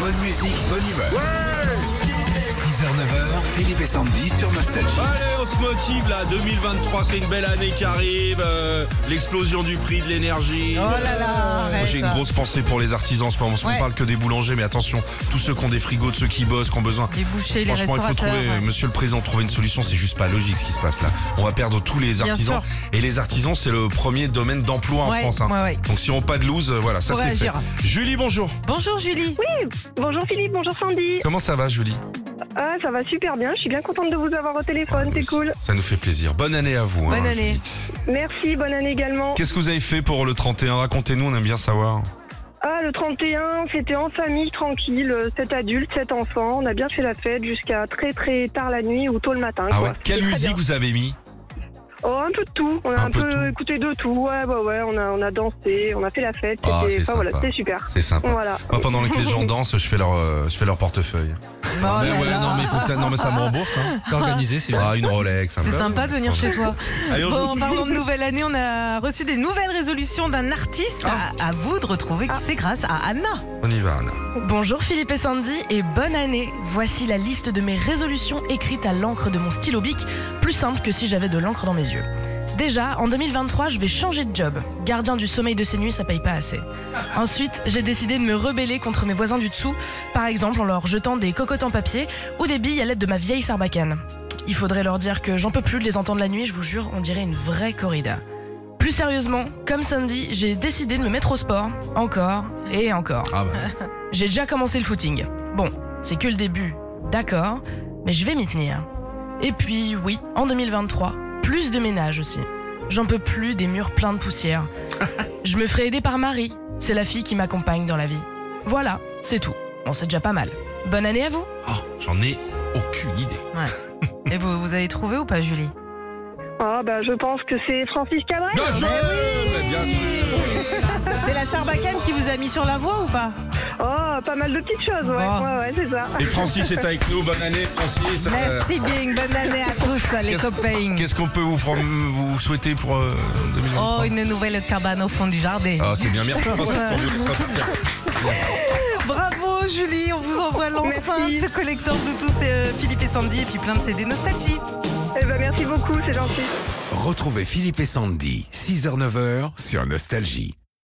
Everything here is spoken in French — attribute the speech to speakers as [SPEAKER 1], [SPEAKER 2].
[SPEAKER 1] Bonne musique, bonne humeur. 6h, 9h, Philippe et Sandy sur Nostalgie.
[SPEAKER 2] Allez, on se motive là, 2023, c'est une belle année qui arrive, euh, l'explosion du prix de l'énergie.
[SPEAKER 3] Oh là là,
[SPEAKER 2] Moi,
[SPEAKER 3] arrête.
[SPEAKER 2] J'ai une grosse pensée pour les artisans en ce moment, parce qu'on
[SPEAKER 3] Ouais.
[SPEAKER 2] parle que des boulangers, mais attention, tous ceux qui ont des frigos, de ceux qui bossent, qui ont besoin.
[SPEAKER 3] Les bouchers, les
[SPEAKER 2] Franchement, il faut
[SPEAKER 3] restaurateurs.
[SPEAKER 2] trouver, euh,
[SPEAKER 3] ouais.
[SPEAKER 2] monsieur le président, trouver une solution, c'est juste pas logique ce qui se passe là. On va perdre tous les artisans.
[SPEAKER 3] sûr.
[SPEAKER 2] Et les artisans, c'est le premier domaine d'emploi
[SPEAKER 3] Ouais,
[SPEAKER 2] en France. hein.
[SPEAKER 3] ouais, ouais.
[SPEAKER 2] Donc si on pas de loose, euh, voilà, ça
[SPEAKER 3] Faut
[SPEAKER 2] c'est fait.
[SPEAKER 3] réagir.
[SPEAKER 2] Julie, bonjour.
[SPEAKER 3] Bonjour Julie.
[SPEAKER 4] Bonjour Philippe, bonjour Sandy.
[SPEAKER 2] Comment ça va, Julie
[SPEAKER 4] Ah, ça va super bien, je suis bien contente de vous avoir au téléphone, c'est cool.
[SPEAKER 2] Ça nous fait plaisir. Bonne année à vous.
[SPEAKER 3] Bonne
[SPEAKER 2] hein,
[SPEAKER 3] année.
[SPEAKER 2] Julie.
[SPEAKER 4] Merci, bonne année également.
[SPEAKER 2] Qu'est-ce que vous avez fait pour le 31 Racontez-nous, on aime bien savoir.
[SPEAKER 4] Ah, le 31, c'était en famille, tranquille, 7 adultes, 7 enfants. On a bien fait la fête jusqu'à très très tard la nuit ou tôt le matin.
[SPEAKER 2] Ah
[SPEAKER 4] quoi.
[SPEAKER 2] ouais Quelle
[SPEAKER 4] C'était très
[SPEAKER 2] musique
[SPEAKER 4] bien.
[SPEAKER 2] vous avez mis
[SPEAKER 4] Oh, un peu de tout. On a
[SPEAKER 2] Un
[SPEAKER 4] un,
[SPEAKER 2] peu
[SPEAKER 4] peu,
[SPEAKER 2] de tout.
[SPEAKER 4] écouté de tout. Ouais, ouais, ouais. On a, on a dansé, on a fait la fête.
[SPEAKER 2] Ah,
[SPEAKER 4] C'était
[SPEAKER 2] c'est
[SPEAKER 4] enfin, voilà,
[SPEAKER 2] sympa.
[SPEAKER 4] c'était super.
[SPEAKER 2] C'est sympa.
[SPEAKER 4] Voilà.
[SPEAKER 2] Moi, pendant que les gens dansent, je fais leur, euh, je fais leur portefeuille.
[SPEAKER 3] Oh
[SPEAKER 2] mais
[SPEAKER 3] là
[SPEAKER 2] ouais,
[SPEAKER 3] là.
[SPEAKER 2] non, mais faut que ça, non, mais ça me rembourse. Hein.
[SPEAKER 5] organisé, c'est bien.
[SPEAKER 2] Ah, une Rolex. un
[SPEAKER 3] C'est
[SPEAKER 2] peu.
[SPEAKER 3] sympa de venir chez toi.
[SPEAKER 2] Allez, on
[SPEAKER 3] Bon,
[SPEAKER 2] joue.
[SPEAKER 3] en parlant de nouvelle année, on a reçu des nouvelles résolutions d'un artiste.
[SPEAKER 2] Ah.
[SPEAKER 3] À, à vous de retrouver qui c'est grâce à Anna.
[SPEAKER 2] On y va, Anna.
[SPEAKER 6] Bonjour Philippe et Sandy et bonne année. Voici la liste de mes résolutions écrites à l'encre de mon stylo bic, plus simple que si j'avais de l'encre dans mes yeux. Déjà, en 2023, je vais changer de job. Gardien du sommeil de ces nuits, ça paye pas assez. Ensuite, j'ai décidé de me rebeller contre mes voisins du dessous, par exemple en leur jetant des cocottes en papier ou des billes à l'aide de ma vieille sarbacane. Il faudrait leur dire que j'en peux plus de les entendre la nuit, je vous jure, on dirait une vraie corrida. Plus sérieusement, comme Sandy, j'ai décidé de me mettre au sport, encore et encore.
[SPEAKER 2] Ah bah.
[SPEAKER 6] J'ai déjà commencé le footing. Bon, c'est que le début, d'accord, mais je vais m'y tenir. Et puis, oui, en 2023, plus de ménage aussi. J'en peux plus des murs pleins de poussière. Je me ferai aider par Marie, c'est la fille qui m'accompagne dans la vie. Voilà, c'est tout. Bon, c'est déjà pas mal. Bonne année à vous
[SPEAKER 2] Oh, j'en ai aucune idée.
[SPEAKER 3] Et vous, vous avez trouvé ou pas Julie
[SPEAKER 4] Ah, bah, je pense que c'est Francis Cabrel.
[SPEAKER 2] Bien joué Mais Eh Bien sûr
[SPEAKER 3] C'est la Sarbacane qui vous a mis sur la voie ou pas
[SPEAKER 4] Oh, pas mal de petites choses, ouais.
[SPEAKER 3] Ah.
[SPEAKER 4] Ouais, ouais, c'est ça.
[SPEAKER 2] Et Francis est avec nous. Bonne année, Francis. Euh,
[SPEAKER 3] Merci bien, bonne année à tous les
[SPEAKER 2] qu'est-ce-
[SPEAKER 3] copains.
[SPEAKER 2] Qu'est-ce qu'on peut vous, prom- vous souhaiter pour euh, 2023
[SPEAKER 3] Oh, une nouvelle cabane au fond du jardin.
[SPEAKER 2] Ah, c'est bien, merci. Francis,
[SPEAKER 3] Ouais.
[SPEAKER 2] on vous laissera tout faire.
[SPEAKER 3] Bravo Julie, on vous envoie l'enceinte
[SPEAKER 4] Merci.
[SPEAKER 3] collecteur Bluetooth euh, Philippe et Sandy et puis plein de CD nostalgie.
[SPEAKER 4] Eh ben, merci beaucoup, c'est gentil.
[SPEAKER 1] Retrouvez Philippe et Sandy, 6h, 9h sur Nostalgie.